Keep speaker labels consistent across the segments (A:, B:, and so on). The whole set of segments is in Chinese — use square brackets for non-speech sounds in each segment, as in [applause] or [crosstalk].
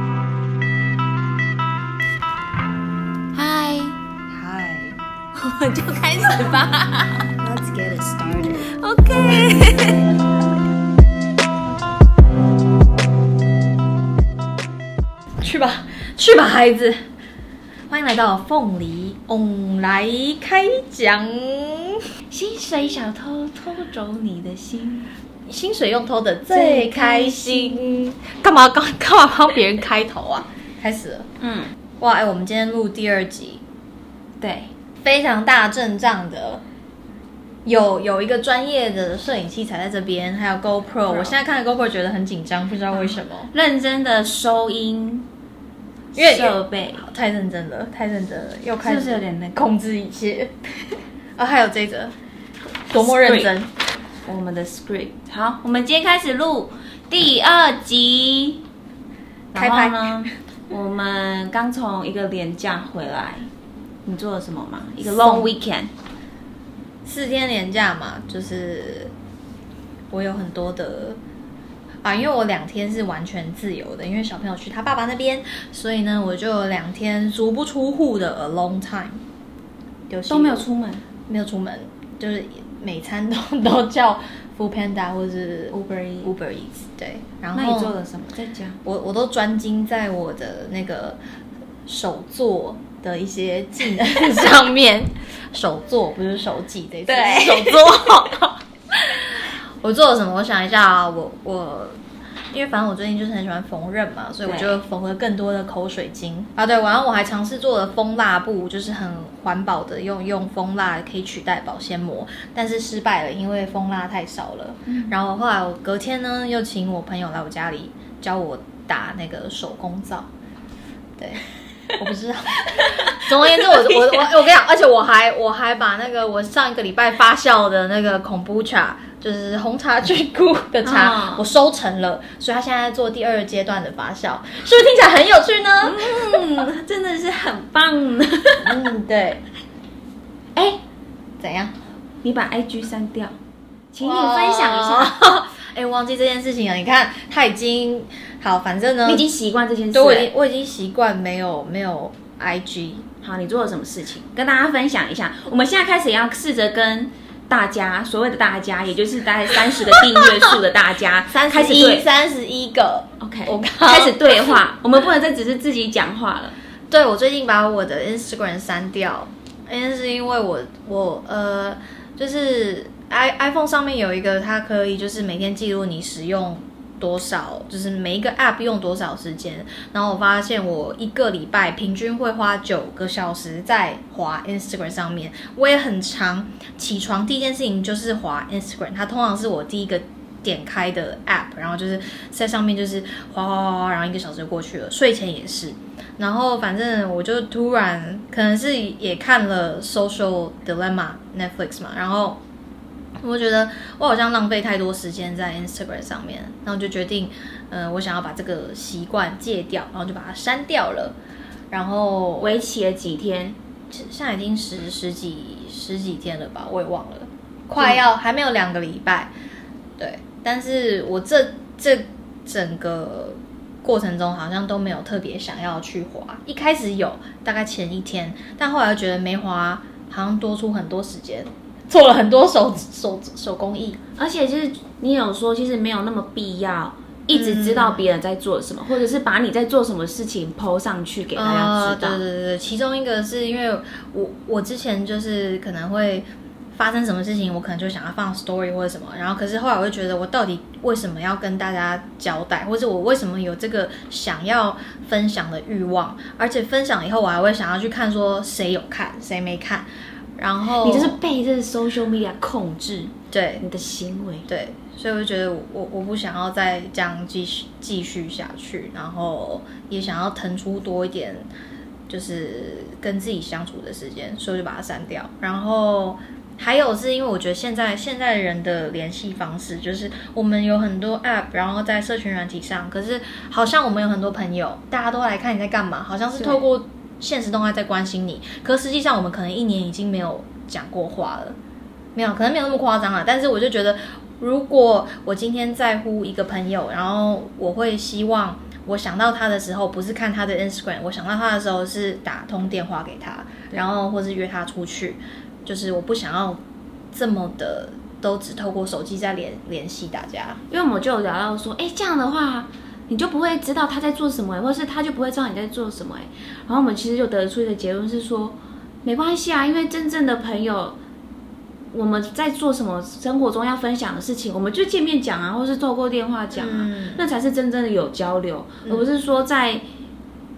A: [laughs]
B: 们就开始吧。
A: Let's get it started.
B: OK，去吧，去吧，孩子。欢迎来到凤梨翁来开讲。
A: 薪水小偷偷走你的心，
B: 薪水用偷的最开心，干嘛干干嘛帮别人开头啊？开始了，
A: 嗯，
B: 哇！哎，我们今天录第二集，
A: 对，
B: 非常大阵仗的，有有一个专业的摄影器材在这边，还有 GoPro。我现在看着 GoPro 觉得很紧张，不知道为什么，
A: 认真的收音
B: 因为
A: 设备，
B: 太认真了，太认真了，又开
A: 是
B: 始
A: 不是有点那个？
B: 控制一切。 [laughs] 啊，还有这个，多么认真！
A: 我们的 script 好，我们今天开始录第二集。
B: 开
A: 然后呢，我们刚从一个连假回来，你做了什么吗？一个 long
B: 送
A: weekend，
B: 四天连假嘛，就是我有很多的啊，因为我两天是完全自由的，因为小朋友去他爸爸那边，所以呢，我就有两天足不出户的 alone time，游戏
A: 都没有出门
B: 没有出门，就是每餐都 [laughs] 都叫 Food Panda 或是
A: ，Uber Eats
B: Uber Eats，对，然后
A: 那你做了什么？在家。
B: 我我都专精在我的那个手作的一些技能上 [laughs] 面，手作不是手技这一次
A: 对
B: 是手作。我做了什么？我想一下啊，我我因为反正我最近就是很喜欢缝纫嘛，所以我
A: 对
B: 就缝了更多的口水巾啊。对，然后我还尝试做了蜂蜡布，就是很环保的，用用蜂蜡可以取代保鲜膜，但是失败了，因为蜂蜡太少了。然后后来我隔天呢，又请我朋友来我家里教我打那个手工皂。对，我不知道。 [laughs] 总而言之， [laughs] 我我我我跟你讲，而且我还我还把那个我上一个礼拜发酵的那个恐怖茶，就是红茶菌菇的茶，
A: 嗯
B: 我收成了，所以它现在在做第二阶段的发酵，是不是听起来很有趣呢？
A: 嗯，真的是很棒呢。
B: [laughs] 嗯，对，
A: [laughs] 哎、
B: 怎样？
A: 你把 IG 删掉，请你分享一下。
B: 哇。 [laughs] 哎、忘记这件事情了。你看，他已经好，反正呢，
A: 你已经习惯这件事
B: 对
A: 了。
B: 我已经我已经习惯没有没有 IG，
A: 好，你做了什么事情？跟大家分享一下。我们现在开始要试着跟大家，所谓的大家，也就是大概三十个订阅数的大家，开始对
B: [laughs] 三十一个。
A: OK，
B: 我
A: [laughs]
B: 靠
A: 开始对话。我们不能再只是自己讲话了。
B: 对我最近把我的 Instagram 删掉，因为是因为我我呃，就是 i iPhone 上面有一个，它可以就是每天记录你使用多少，就是每一个 App 用多少时间。然后我发现我一个礼拜平均会花九个小时在滑 Instagram 上面，我也很长。起床第一件事情就是滑 Instagram，它通常是我第一个点开的 App，然后就是在上面就是滑滑滑滑，然后一个小时就过去了。睡前也是，然后反正我就突然可能是也看了《Social Dilemma》Netflix 嘛，然后。我觉得我好像浪费太多时间在 Instagram 上面，然后就决定，呃，我想要把这个习惯戒掉，然后就把它删掉了。然后
A: 为期了几天？
B: 现在已经十十几十几天了吧，我也忘了，快要还没有两个礼拜。对，但是我这这整个过程中好像都没有特别想要去滑，一开始有，大概前一天，但后来又觉得没滑好像多出很多时间，做了很多手手手工艺。
A: 而且就是你有说，其实没有那么必要一直知道别人在做什么，或者是把你在做什么事情 PO 上去给大家
B: 啊，
A: 知道。
B: 对对对对，其中一个是因为我我之前就是可能会发生什么事情，我可能就想要放 story 或者什么，然后可是后来我就觉得我到底为什么要跟大家交代，或者我为什么有这个想要分享的欲望，而且分享以后我还会想要去看说谁有看谁没看，然后
A: 你就是被这个 social media 控制
B: 对
A: 你的行为。
B: 对，所以我就觉得我我我不想要再这样继续继续下去，然后也想要腾出多一点，就是跟自己相处的时间，所以我就把它删掉。然后还有是因为我觉得现在现在人的联系方式就是我们有很多 app，然后在社群软体上，可是好像我们有很多朋友，大家都来看你在干嘛，好像是
A: 对
B: 透过现实动态在关心你，可实际上我们可能一年已经没有讲过话了。没有，可能没有那么夸张啊。但是我就觉得，如果我今天在乎一个朋友，然后我会希望我想到他的时候，不是看他的 Instagram，我想到他的时候是打通电话给他，然后或是约他出去，就是我不想要这么的都只透过手机在联联系大家。
A: 因为我们就有聊到说，哎，这样的话你就不会知道他在做什么、或是他就不会知道你在做什么、哎，然后我们其实就得出一个结论是说，没关系啊，因为真正的朋友，我们在做什么生活中要分享的事情，我们就见面讲啊，或是透过电话讲啊，
B: 嗯
A: 那才是真正的有交流，而不是说在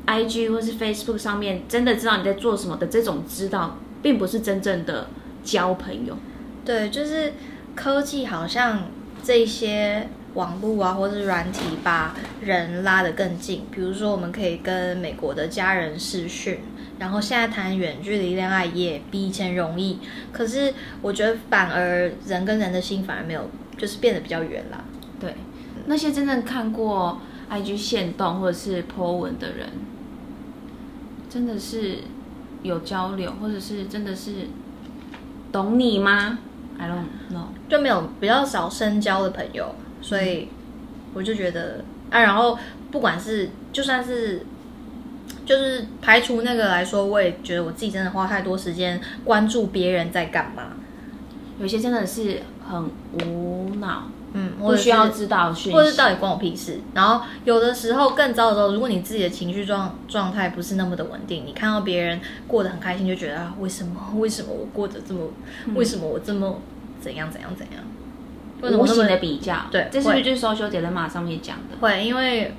A: IG 或是 Facebook 上面真的知道你在做什么的这种知道，并不是真正的交朋友。
B: 对，就是科技好像这些网络啊，或者是软体把人拉得更近。比如说，我们可以跟美国的家人视讯，然后现在谈远距离恋爱也比以前容易。可是我觉得反而人跟人的心反而没有，就是变得比较远啦。
A: 对，那些真正看过 IG 线动或者是 po 文的人，真的是有交流，或者是真的是懂你吗？I don't know。
B: 就没有比较少深交的朋友，所以我就觉得啊，然后不管是就算是就是排除那个来说，我也觉得我自己真的花太多时间关注别人在干嘛，
A: 有些真的是很无脑，
B: 嗯，
A: 不需要
B: 或者是
A: 知道讯息，
B: 或者是到底关我屁事。然后有的时候更糟的时候，如果你自己的情绪状状态不是那么的稳定，你看到别人过得很开心，就觉得啊，为什么为什么我过得这么，
A: 嗯
B: 为什么我这么怎样怎样怎样，为什么
A: 无
B: 我那
A: 形
B: 么
A: 的比较，
B: 对
A: 这是不是
B: 会
A: 就是 social dilemma 上面讲的？
B: 会，因为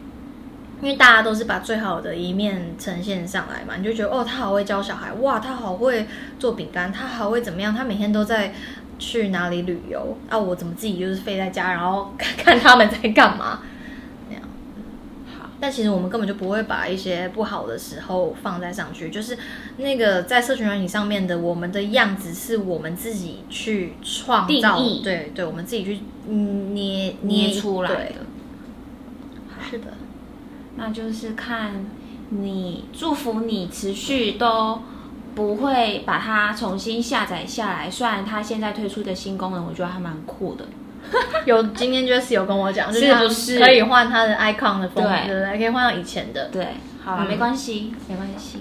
B: 因为大家都是把最好的一面呈现上来嘛，你就觉得哦，他好会教小孩，哇，他好会做饼干，他好会怎么样，他每天都在去哪里旅游啊，我怎么自己就是废在家，然后 [laughs] 看看他们在干嘛。那样。
A: 好，
B: 但其实我们根本就不会把一些不好的时候放在上去，就是那个在社群软体上面的我们的样子，是我们自己去创
A: 定
B: 造
A: 义，
B: 对对，我们自己去嗯捏
A: 捏出来
B: 对
A: 的，
B: 是的。
A: 那就是看你祝福你持续都不会把它重新下载下来。虽然它现在推出的新功能，我觉得还蛮酷的。
B: [laughs] 有今天 Jesse 有跟我讲，就是他
A: 不是
B: 可以换他的 icon 的封面，
A: 对
B: 对不对？可以换到以前的。
A: 对，好了，
B: 嗯
A: 没关系，没关系。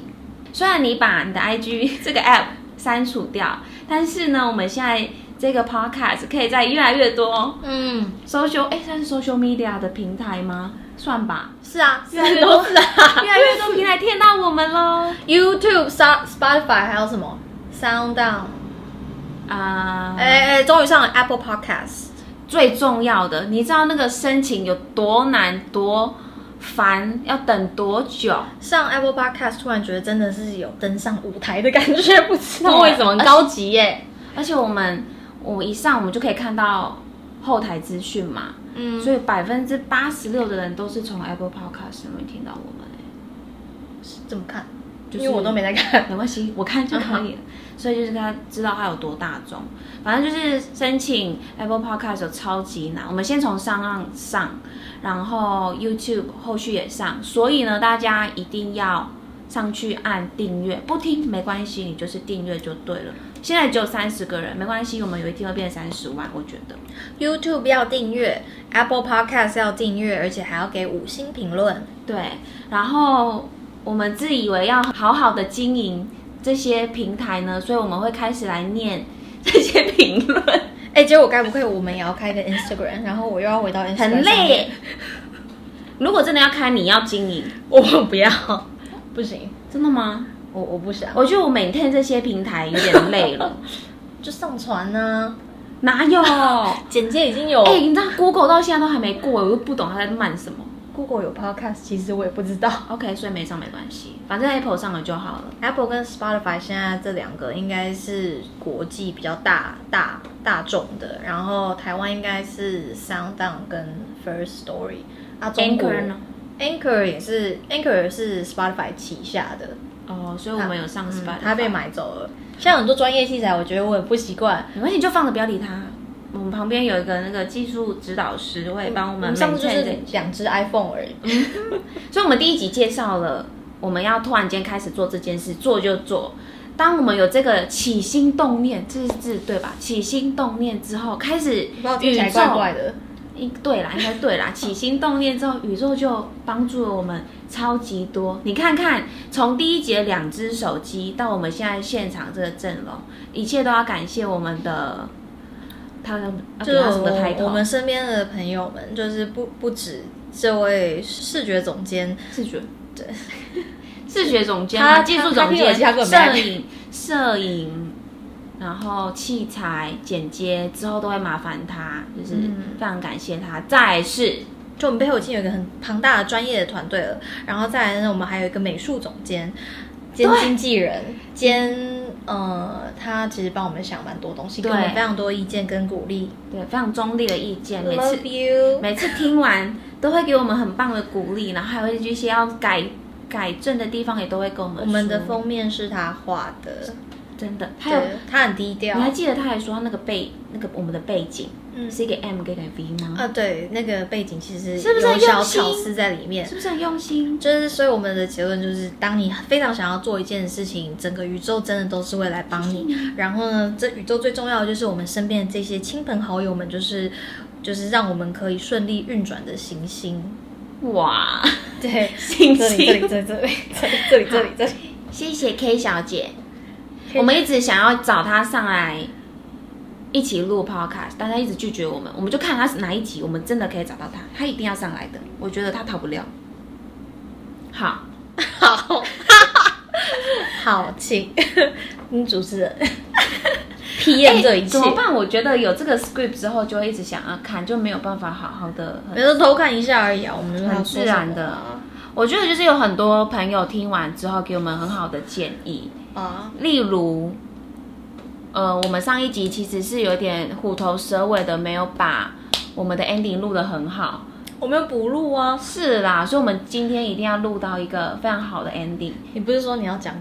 A: 虽然你把你的 IG [laughs] 这个 app 删除掉，但是呢，我们现在这个 podcast 可以在越来越多
B: 嗯，
A: social 哎，算是 social media 的平台吗？算
B: [laughs]
A: 吧，
B: 是啊，是
A: 越来越多
B: 都是啊。 [laughs]
A: 越来越多平台听到我们喽。
B: YouTube、Sa- Spotify 还有什么 Sound Down？
A: 啊、
B: 哎哎，终于上了 Apple Podcast。
A: 最重要的，你知道那个申请有多难、多烦，要等多久？
B: 上 Apple Podcast 突然觉得真的是有登上舞台的感觉，不知道
A: 对
B: 为什么很高级耶。
A: 而且我们，我们一上我们就可以看到后台资讯嘛，
B: 嗯，
A: 所以百分之八十六的人都是从 Apple Podcast 上面听到我们、欸，
B: 怎么看？
A: 就是
B: 因为我都没在看。
A: [laughs] 没关系，我看就可以了。所以就是他知道他有多大众，反正就是申请 Apple Podcast 有超级难。我们先从上岸上，然后 YouTube 后续也上，所以呢，大家一定要上去按订阅，不听没关系，你就是订阅就对了。现在只有三十个人，没关系，我们有一天会变三十万，我觉得。
B: YouTube 要订阅，Apple Podcast 要订阅，而且还要给五星评论。
A: 对，然后我们自以为要好好的经营这些平台呢，所以我们会开始来念这些评论，
B: 哎，结果该不会我们也要开个 Instagram，然后我又要回到 Instagram，
A: 很
B: 上面
A: 累。如果真的要开，你要经营，
B: [laughs] 我不要，不行，
A: 真的吗？
B: 我我不想，
A: 我觉得我每天这些平台有点累了，
B: 就上传呢、
A: [laughs] 哪有？ [laughs] 哎、
B: 简介已经有、
A: 你知道 Google 到现在都还没过，我又不懂它在慢什么。
B: g o o g l e 有 Podcast，其实我也不知道。
A: OK，所以没上没关系，反正 Apple 上了就好了。
B: Apple 跟 Spotify 现在这两个应该是国际比较大大大众的，然后台湾应该是 Sound On 跟 First Story，啊，中国
A: Anchor 呢？
B: Anchor 也是 Anchor 是 Spotify 旗下的，
A: 哦，所以我们有上 Spotify，、
B: 嗯它被买走了。像很多专业器材，我觉得我很不习惯，
A: 没关系，你就放着不要理他。我们旁边有一个那个技术指导师会嗯帮我们
B: 上次就
A: maintain
B: 是
A: 这
B: 两只 iPhone 而已。
A: 所以我们第一集介绍了，我们要突然间开始做这件事，做就做。当我们有这个起心动念，这是字对吧？起心动念之后，开始
B: 不知道听
A: 宇
B: 起来
A: 宙
B: 怪怪的。
A: 应对啦，应该对啦。起心动念之后，宇宙就帮助了我们超级多。你看看，从第一节两只手机到我们现在现场这个阵容，一切都要感谢我们的，他的要给
B: 就是
A: 他什么 title？
B: 我我们身边的朋友们，就是不不止这位视觉总监，
A: 视觉对， [laughs] 视觉总监
B: 他
A: 嘛、技术
B: 他
A: 总
B: 他听我
A: 监、
B: 其他根本
A: 摄
B: 没在
A: 影、摄影，然后器材、剪接之后都会麻烦他，就是
B: 嗯
A: 非常感谢他。再是
B: 就我们背后已经有一个很庞大的专业的团队了。然后再来呢，我们还有一个美术总监兼经纪人兼呃，他其实帮我们想蛮多东西，给我们
A: 对
B: 非常多意见跟鼓励。
A: 对非常中立的意见，每次 [laughs]
B: Love you，
A: 每次听完都会给我们很棒的鼓励，然后还会一些要改改正的地方也都会跟我们
B: 我们的
A: 说
B: 封面是他画的，
A: 真的，还有
B: 对，他很低调
A: 你。还记得他还说那个背那个我们的背景
B: 嗯
A: 是一个 M 跟一个 V 吗？
B: 啊，对，那个背景其实
A: 是不是
B: 有
A: 很
B: 小
A: 用心
B: 巧思在里面
A: 是。不是很用心？
B: 就是，所以我们的结论就是，当你非常想要做一件事情，整个宇宙真的都是会来帮你。然后呢，这宇宙最重要的就是我们身边的这些亲朋好友们，就是就是让我们可以顺利运转的行星。
A: 哇！
B: 对，
A: 行
B: 这里这里这里这里这里这里这里这里。
A: 谢谢 K 小姐，
B: K
A: 我们一直想要找她上来一起录 podcast，但她一直拒绝我们。我们就看她是哪一集，我们真的可以找到她，她一定要上来的。我觉得她逃不了。 [laughs] 好，
B: 好， [laughs] 好，请你主持人
A: 哎
B: PM 这一切
A: 怎。么办？我觉得有这个 script 之后，就会一直想要看，就没有办法好好的。
B: 没事，偷看一下而已啊，我们
A: 很自然的
B: 啊
A: 我觉得就是有很多朋友听完之后给我们很好的建议，
B: 啊。
A: 例如，呃，我们上一集其实是有点虎头蛇尾的，没有把我们的 ending 录得很好。
B: 我没有补录啊，
A: 是啦，所以我们今天一定要录到一个非常好的 ending。 [laughs]
B: 你不是说你要讲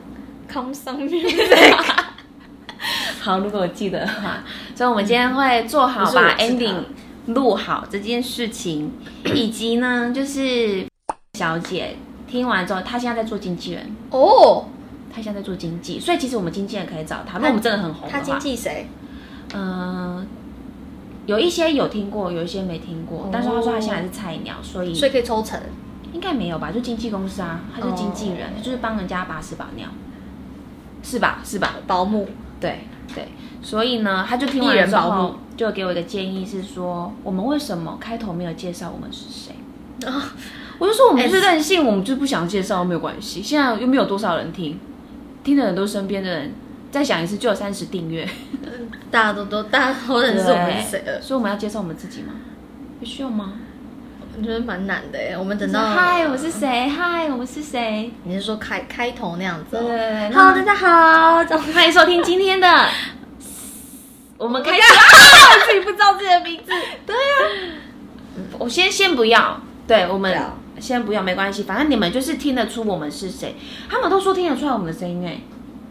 B: come some music？
A: 好，如果我记得的话，所以我们今天会做好
B: 不是我
A: 把
B: 是他
A: ending 录好这件事情，以及呢，就是小姐听完之后，她现在在做经纪人，
B: [laughs] 哦，
A: 她现在在做经纪，所以其实我们经纪人可以找她，如果我们真的很红的
B: 他经
A: 话，
B: 纪谁？
A: 嗯，有一些有听过，有一些没听过，但是他说他现在是菜鸟，哦所以
B: 所以可以抽成。
A: 应该没有吧？就经纪公司啊，他是经纪人，就是帮人家把屎把尿，是吧？是吧？
B: 保姆，
A: 对对，所以呢，他就听
B: 艺
A: 完
B: 人
A: 之
B: 保
A: 后
B: 姆
A: 就给我一个建议，是说我们为什么开头没有介绍我们是谁？
B: 嗯
A: 哎我就说我们就是任性，我们就不想介绍，没有关系。现在又没有多少人听，听的人都是身边的人，再想一次就有三十订阅。
B: 大家都都大家都认识我们是谁
A: 对
B: 了，
A: 所以我们要介绍我们自己吗？不需要吗？
B: 我觉得蛮难的哦耶。我们等
A: 说
B: 到
A: 嗨，我是谁？嗨，我们是谁？
B: 你是说开开头那样子
A: 对
B: 哦？
A: 对对，
B: Hello，
A: 那
B: 大家好，这样
A: 欢迎收听今天的。我们开始，
B: 自己不知道自己的名字。
A: 我先先不要，对我们
B: 不要
A: 先不要，没关系，反正你们就是听得出我们是谁，他们都说听得出来我们的声音哎。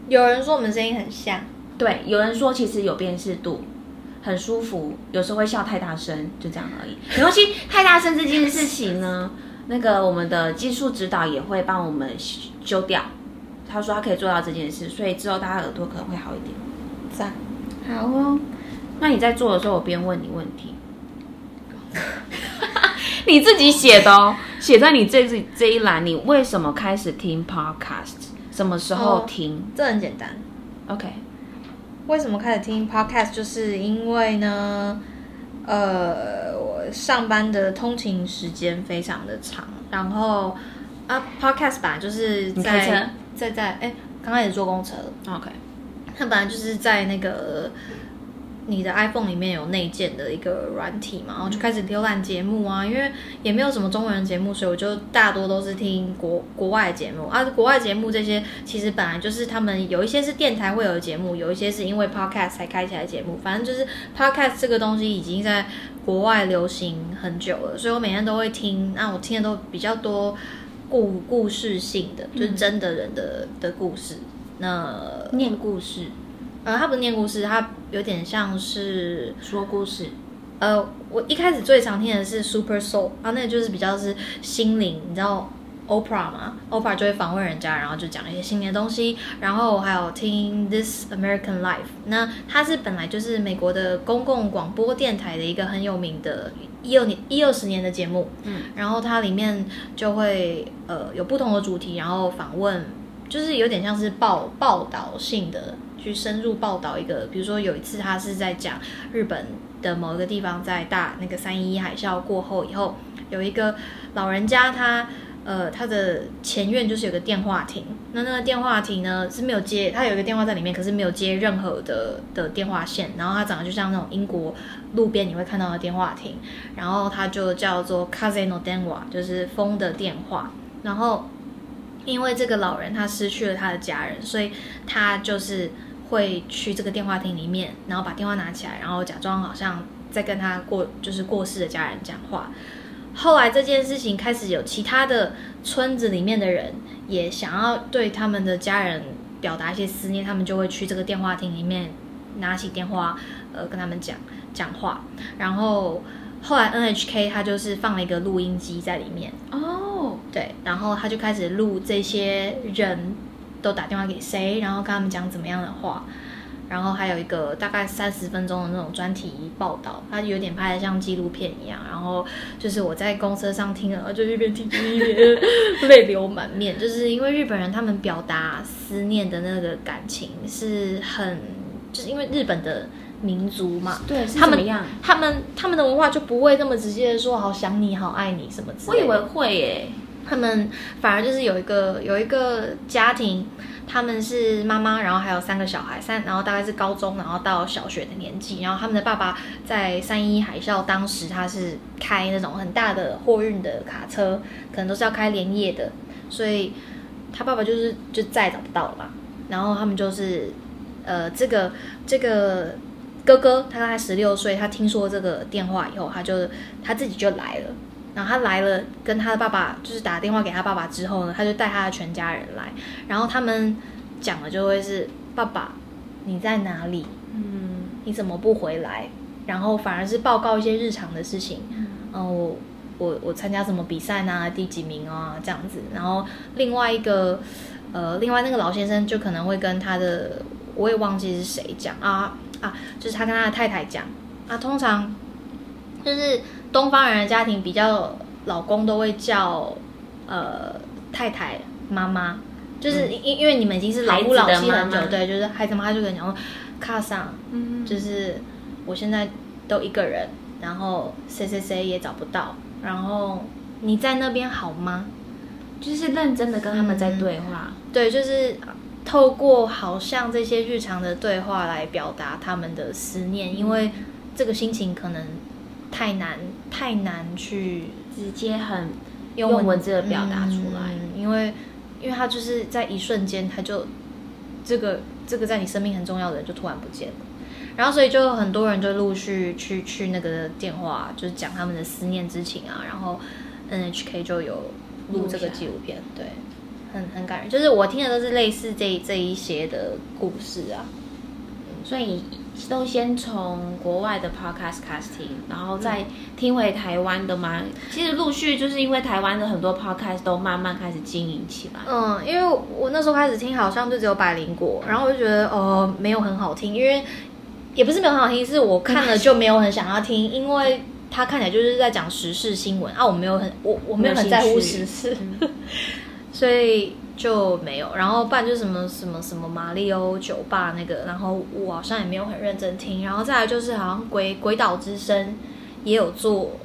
B: 有人说我们声音很像，
A: 对，有人说其实有辨识度，很舒服，有时候会笑太大声，就这样而已。没关系，太大声这件事情呢，那个我们的技术指导也会帮我们修掉。他说他可以做到这件事，所以之后大家耳朵可能会好一点。
B: 赞。
A: 好哦，那你在做的时候，我边问你问题。 [laughs] 你自己写的哦，写在你这这这一栏，你为什么开始听 podcast？什么时候
B: 哦
A: 听、
B: 这很简单。
A: o k
B: 为什么开始听 podcast？就是因为呢，呃，我上班的通勤时间非常的长，然后啊，podcast 吧，就是
A: 你开车
B: 在在在哎，刚开始坐公车，
A: OK，
B: 它本来就是在那个你的 iPhone 里面有内建的一个软体嘛，然后就开始浏览节目啊，因为也没有什么中文的节目，所以我就大多都是听国国外的节目啊。国外节目这些其实本来就是他们有一些是电台会有的节目，有一些是因为 podcast 才开起来的节目，反正就是 podcast 这个东西已经在国外流行很久了，所以我每天都会听。那我听的都比较多故故事性的，就是真的人的、的故事。那
A: 念故事，
B: 呃，他不是念故事，他有点像是
A: 说故事，
B: 呃，我一开始最常听的是 Super Soul，啊，那个就是比较是心灵，你知道 Oprah 嘛，Oprah 就会访问人家，然后就讲一些新年东西。然后我还有听 This American Life，那它是本来就是美国的公共广播电台的一个很有名的一六年一二十年的节目。
A: 嗯，
B: 然后它里面就会呃有不同的主题，然后访问，就是有点像是报报道性的去深入报道一个，比如说有一次他是在讲日本的某一个地方在大那个三一一海啸过后以后，有一个老人家他。呃，他的前院就是有个电话亭，那那个电话亭呢是没有接，他有一个电话在里面，可是没有接任何的的电话线，然后他长得就像那种英国路边你会看到的电话亭，然后它就叫做 Kaze no denwa，就是风的电话。然后因为这个老人他失去了他的家人，所以他就是会去这个电话亭里面，然后把电话拿起来，然后假装好像在跟他过就是过世的家人讲话。后来这件事情开始有其他的村子里面的人也想要对他们的家人表达一些思念，他们就会去这个电话亭里面拿起电话，呃，跟他们讲讲话。然后后来 NHK 它就是放了一个录音机在里面，
A: 哦，
B: 对，然后他就开始录这些人都打电话给谁，然后跟他们讲怎么样的话，然后还有一个大概三十分钟的那种专题报道，它有点拍的像纪录片一样。然后就是我在公车上听了，就一边听一
A: [laughs]
B: 边泪流满面，就是因为日本人他们表达思念的那个感情是很，就是因为日本的民族嘛，
A: 对，是
B: 他
A: 怎
B: 们
A: 么样？
B: 他们他们的文化就不会那么直接的说好想你、好爱你什么之
A: 我
B: 类的。
A: 以为会耶，
B: 他们反而就是有一个有一个家庭，他们是妈妈，然后还有三个小孩，三然后大概是高中，然后到小学的年纪，然后他们的爸爸在三一海啸当时他是开那种很大的货运的卡车，可能都是要开连夜的，所以他爸爸就是就再也找不到了嘛，然后他们就是呃这个这个。哥哥，他大概十六岁，他听说这个电话以后，他就他自己就来了，然后他来了，跟他的爸爸就是打电话给他爸爸之后呢，他就带他的全家人来，然后他们讲的就会是爸爸你在哪里？
A: 嗯，
B: 你怎么不回来？然后反而是报告一些日常的事情，嗯、我我我参加什么比赛啊，第几名啊这样子。然后另外一个呃，另外那个老先生就可能会跟他的我也忘记是谁讲啊啊，就是他跟他的太太讲啊，通常就是东方人的家庭比较，老公都会叫呃太太妈妈，就是因、因为你们已经是老夫老妻
A: 嗯孩子
B: 很久，
A: 的妈妈
B: 对，就是孩子妈妈就跟你讲说，卡上
A: 嗯，
B: 就是我现在都一个人，然后谁谁谁也找不到，然后你在那边好吗？
A: 嗯就是认真的跟他们在对话，
B: 对，就是透过好像这些日常的对话来表达他们的思念，因为这个心情可能太难太难去
A: 直接很
B: 用
A: 用文字的表达出来
B: 嗯因为因为他就是在一瞬间，他就这个这个在你生命很重要的人就突然不见了。然后，所以就有很多人就陆续去去那个电话，就是讲他们的思念之情啊。然后 NHK 就有录这个纪录片，对，很很感人。就是我听的都是类似这这一些的故事啊。
A: 所以都先从国外的 podcast casting，然后再
B: 嗯
A: 听回台湾的吗？其实陆续就是因为台湾的很多 podcast 都慢慢开始经营起来。
B: 嗯，因为我那时候开始听，好像就只有百灵果，然后我就觉得哦、没有很好听，因为也不是没有很好听，是我看了就没有很想要听，因为它看起来就是在讲时事新闻啊，我没有很我我没有嗯很在乎时事，
A: 嗯
B: 所以就没有。然后不然就是什么什么什么马里欧酒吧那个，然后我好像也没有很认真听。然后再来就是好像鬼鬼岛之声也有做，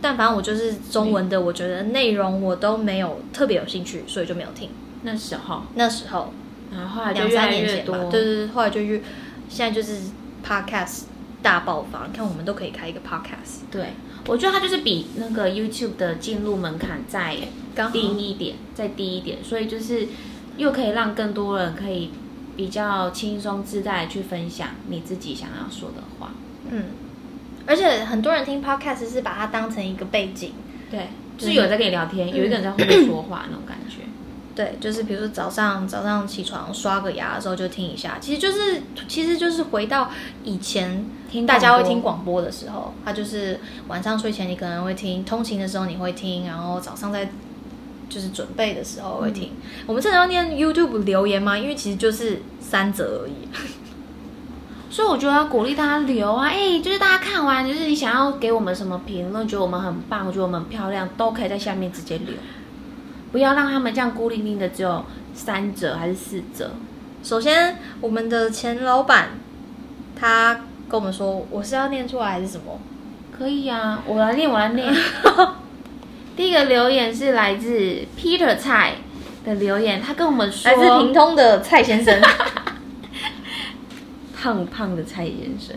B: 但反正我就是中文的，我觉得内容我都没有特别有兴趣，所以就没有听。
A: 那时候，
B: 那时候
A: 然后后来就
B: 两
A: 越
B: 三
A: 来
B: 年
A: 越
B: 前
A: 多
B: 吧，，对对对，后来就越现在就是 podcast 大爆发，你看我们都可以开一个 podcast，
A: 对，我觉得它就是比那个 YouTube 的进入门槛再
B: 刚好
A: 低一点，再低一点，所以就是又可以让更多人可以比较轻松自在地去分享你自己想要说的话。
B: 嗯，而且很多人听 podcast 是把它当成一个背景，
A: 对，就是有人在跟你聊
B: 嗯
A: 天，有一个人在后面说话那种感觉。
B: 对，就是比如说早上早上起床刷个牙的时候就听一下，其实就是其实就是回到以前
A: 听
B: 大家会
A: 广播
B: 听广播的时候，它就是晚上睡前你可能会听，通勤的时候你会听，然后早上在就是准备的时候会听。我们正常念 YouTube 留言吗？因为其实就是三则而已。 [laughs]
A: 所以我觉得要鼓励大家留啊，哎、就是大家看完，就是你想要给我们什么评论，觉得我们很棒，觉得我们很漂亮，都可以在下面直接留，不要让他们这样孤零零的只有三折还是四折。
B: 首先，我们的前老板他跟我们说，我是要念出来还是什么？
A: 可以啊，我来念，我来念。第一个留言是来自 Peter 蔡的留言，他跟我们说，
B: 来自屏东的蔡先 [laughs] 生。
A: [laughs] 胖胖的蔡先生，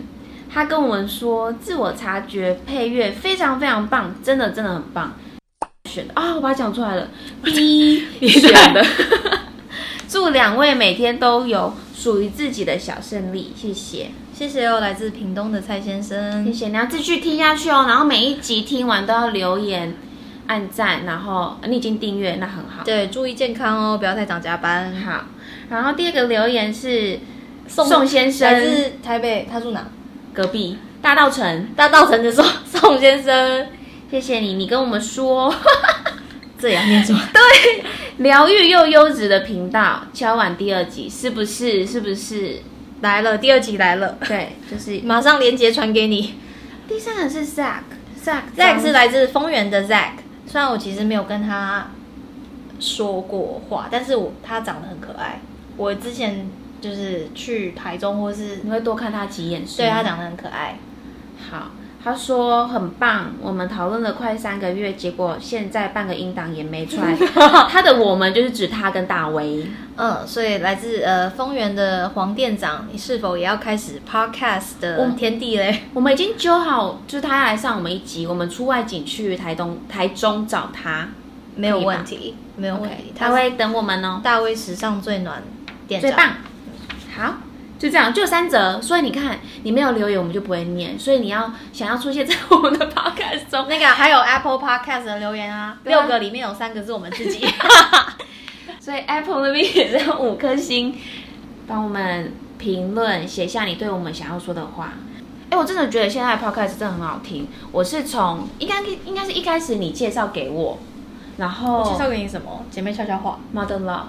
A: 他跟我们说自我察觉配乐非常非常棒，真的真的很棒。选的啊、我把它讲出来了，B 选的。祝两位每天都有属于自己的小胜利，谢谢，
B: 谢谢哦，来自屏东的蔡先
A: 谢
B: 生。
A: 谢，你要继续听下去哦。然后每一集听完都要留言、按赞，然后你已经订阅，那很好。
B: 对，注意健康哦，不要太常加班。
A: 好，然后第二个留言是
B: 宋
A: 宋先生
B: 来自台北，他住哪？
A: 隔壁大道城，
B: 大稻城
A: [laughs]
B: 的宋宋先生，
A: 谢谢你，你跟我们说。 [laughs]
B: 这也要念出来。
A: 疗愈又优质的频道，敲完第二集是不是？是不是？
B: 来了，第二集来了，
A: 对，就是
B: 马上连接传给你。
A: 第三个是 Zack，Zack
B: Zack 是来自丰原的 Zack，虽然我其实没有跟他说过话，但是我他长得很可爱。我之前就是去台中或是
A: 你会多看他几眼是吗
B: 对他长得很可爱，
A: 好。他说很棒，我们讨论了快三个月，结果现在半个音档也没 [laughs] 出来。他的我们就是指他跟大威，
B: 嗯，所以来自呃丰原的黄店长，你是否也要开始 podcast
A: 我
B: 的天地嘞？
A: 我们已经揪好，就是他要来上我们一集，我们出外景去台东、台中找他，
B: 没有问题，没有问题
A: OK，，他
B: 他会
A: 会等我们哦。
B: 大威史上最暖店
A: 最
B: 长，
A: 棒。好，就这样，就三折。所以你看，你没有留言，我们就不会念。所以你要想要出现在我们的 [laughs] podcast 中，
B: 那个还有 Apple Podcast 的留言啊，
A: 对啊
B: 六个里面有三个是我们
A: [laughs]
B: 自己。
A: 所以 Apple 那边也是要五颗星，帮我们评论写下你对我们想要说的话。哎、我真的觉得现在的 podcast 真的很好听。我是从应该应该是一开始你介绍给我，然后
B: 介绍给你什么？姐妹悄悄话
A: Modern Love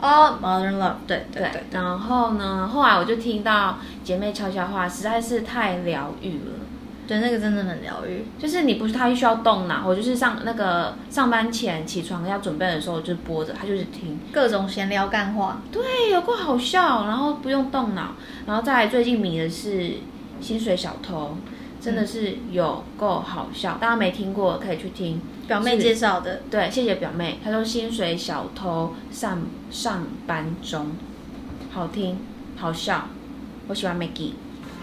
B: 哦、m o d e r n Love，对对对，
A: 然后呢，后来我就听到姐妹悄悄话，实在是太疗愈了。
B: 对那个真的很疗愈。
A: 就是你不是太需要动脑，我就是上那个上班前起床要准备的时候，我就播着，他就是听，
B: 各种闲聊干话，
A: 对，有够好笑，然后不用动脑，然后再来最近迷的是《薪水小偷》，真的是有够好笑，大家没听过可以去听。
B: 表妹介绍的，
A: 对，谢谢表妹，她说《薪水小偷上上班中》，好听，好笑，我喜欢 Maggie。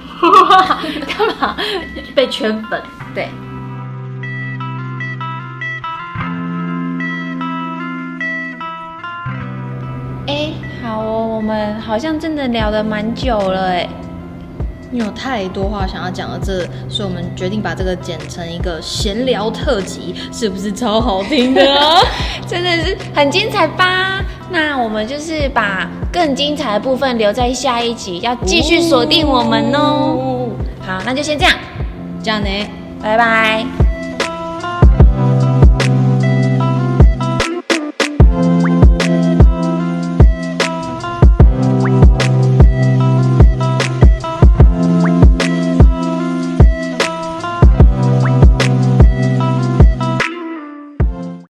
A: [laughs]
B: 干嘛被圈粉？
A: 对。哎，好哦，我们好像真的聊了蛮久了哎。
B: 你有太多话想要讲了，这所以我们决定把这个剪成一个闲聊特辑，是不是超好听的啊？
A: [laughs] 真的是很精彩吧？那我们就是把更精彩的部分留在下一集，要继哦续锁定我们哦。好，那就先这样，
B: 这样呢？
A: 拜拜。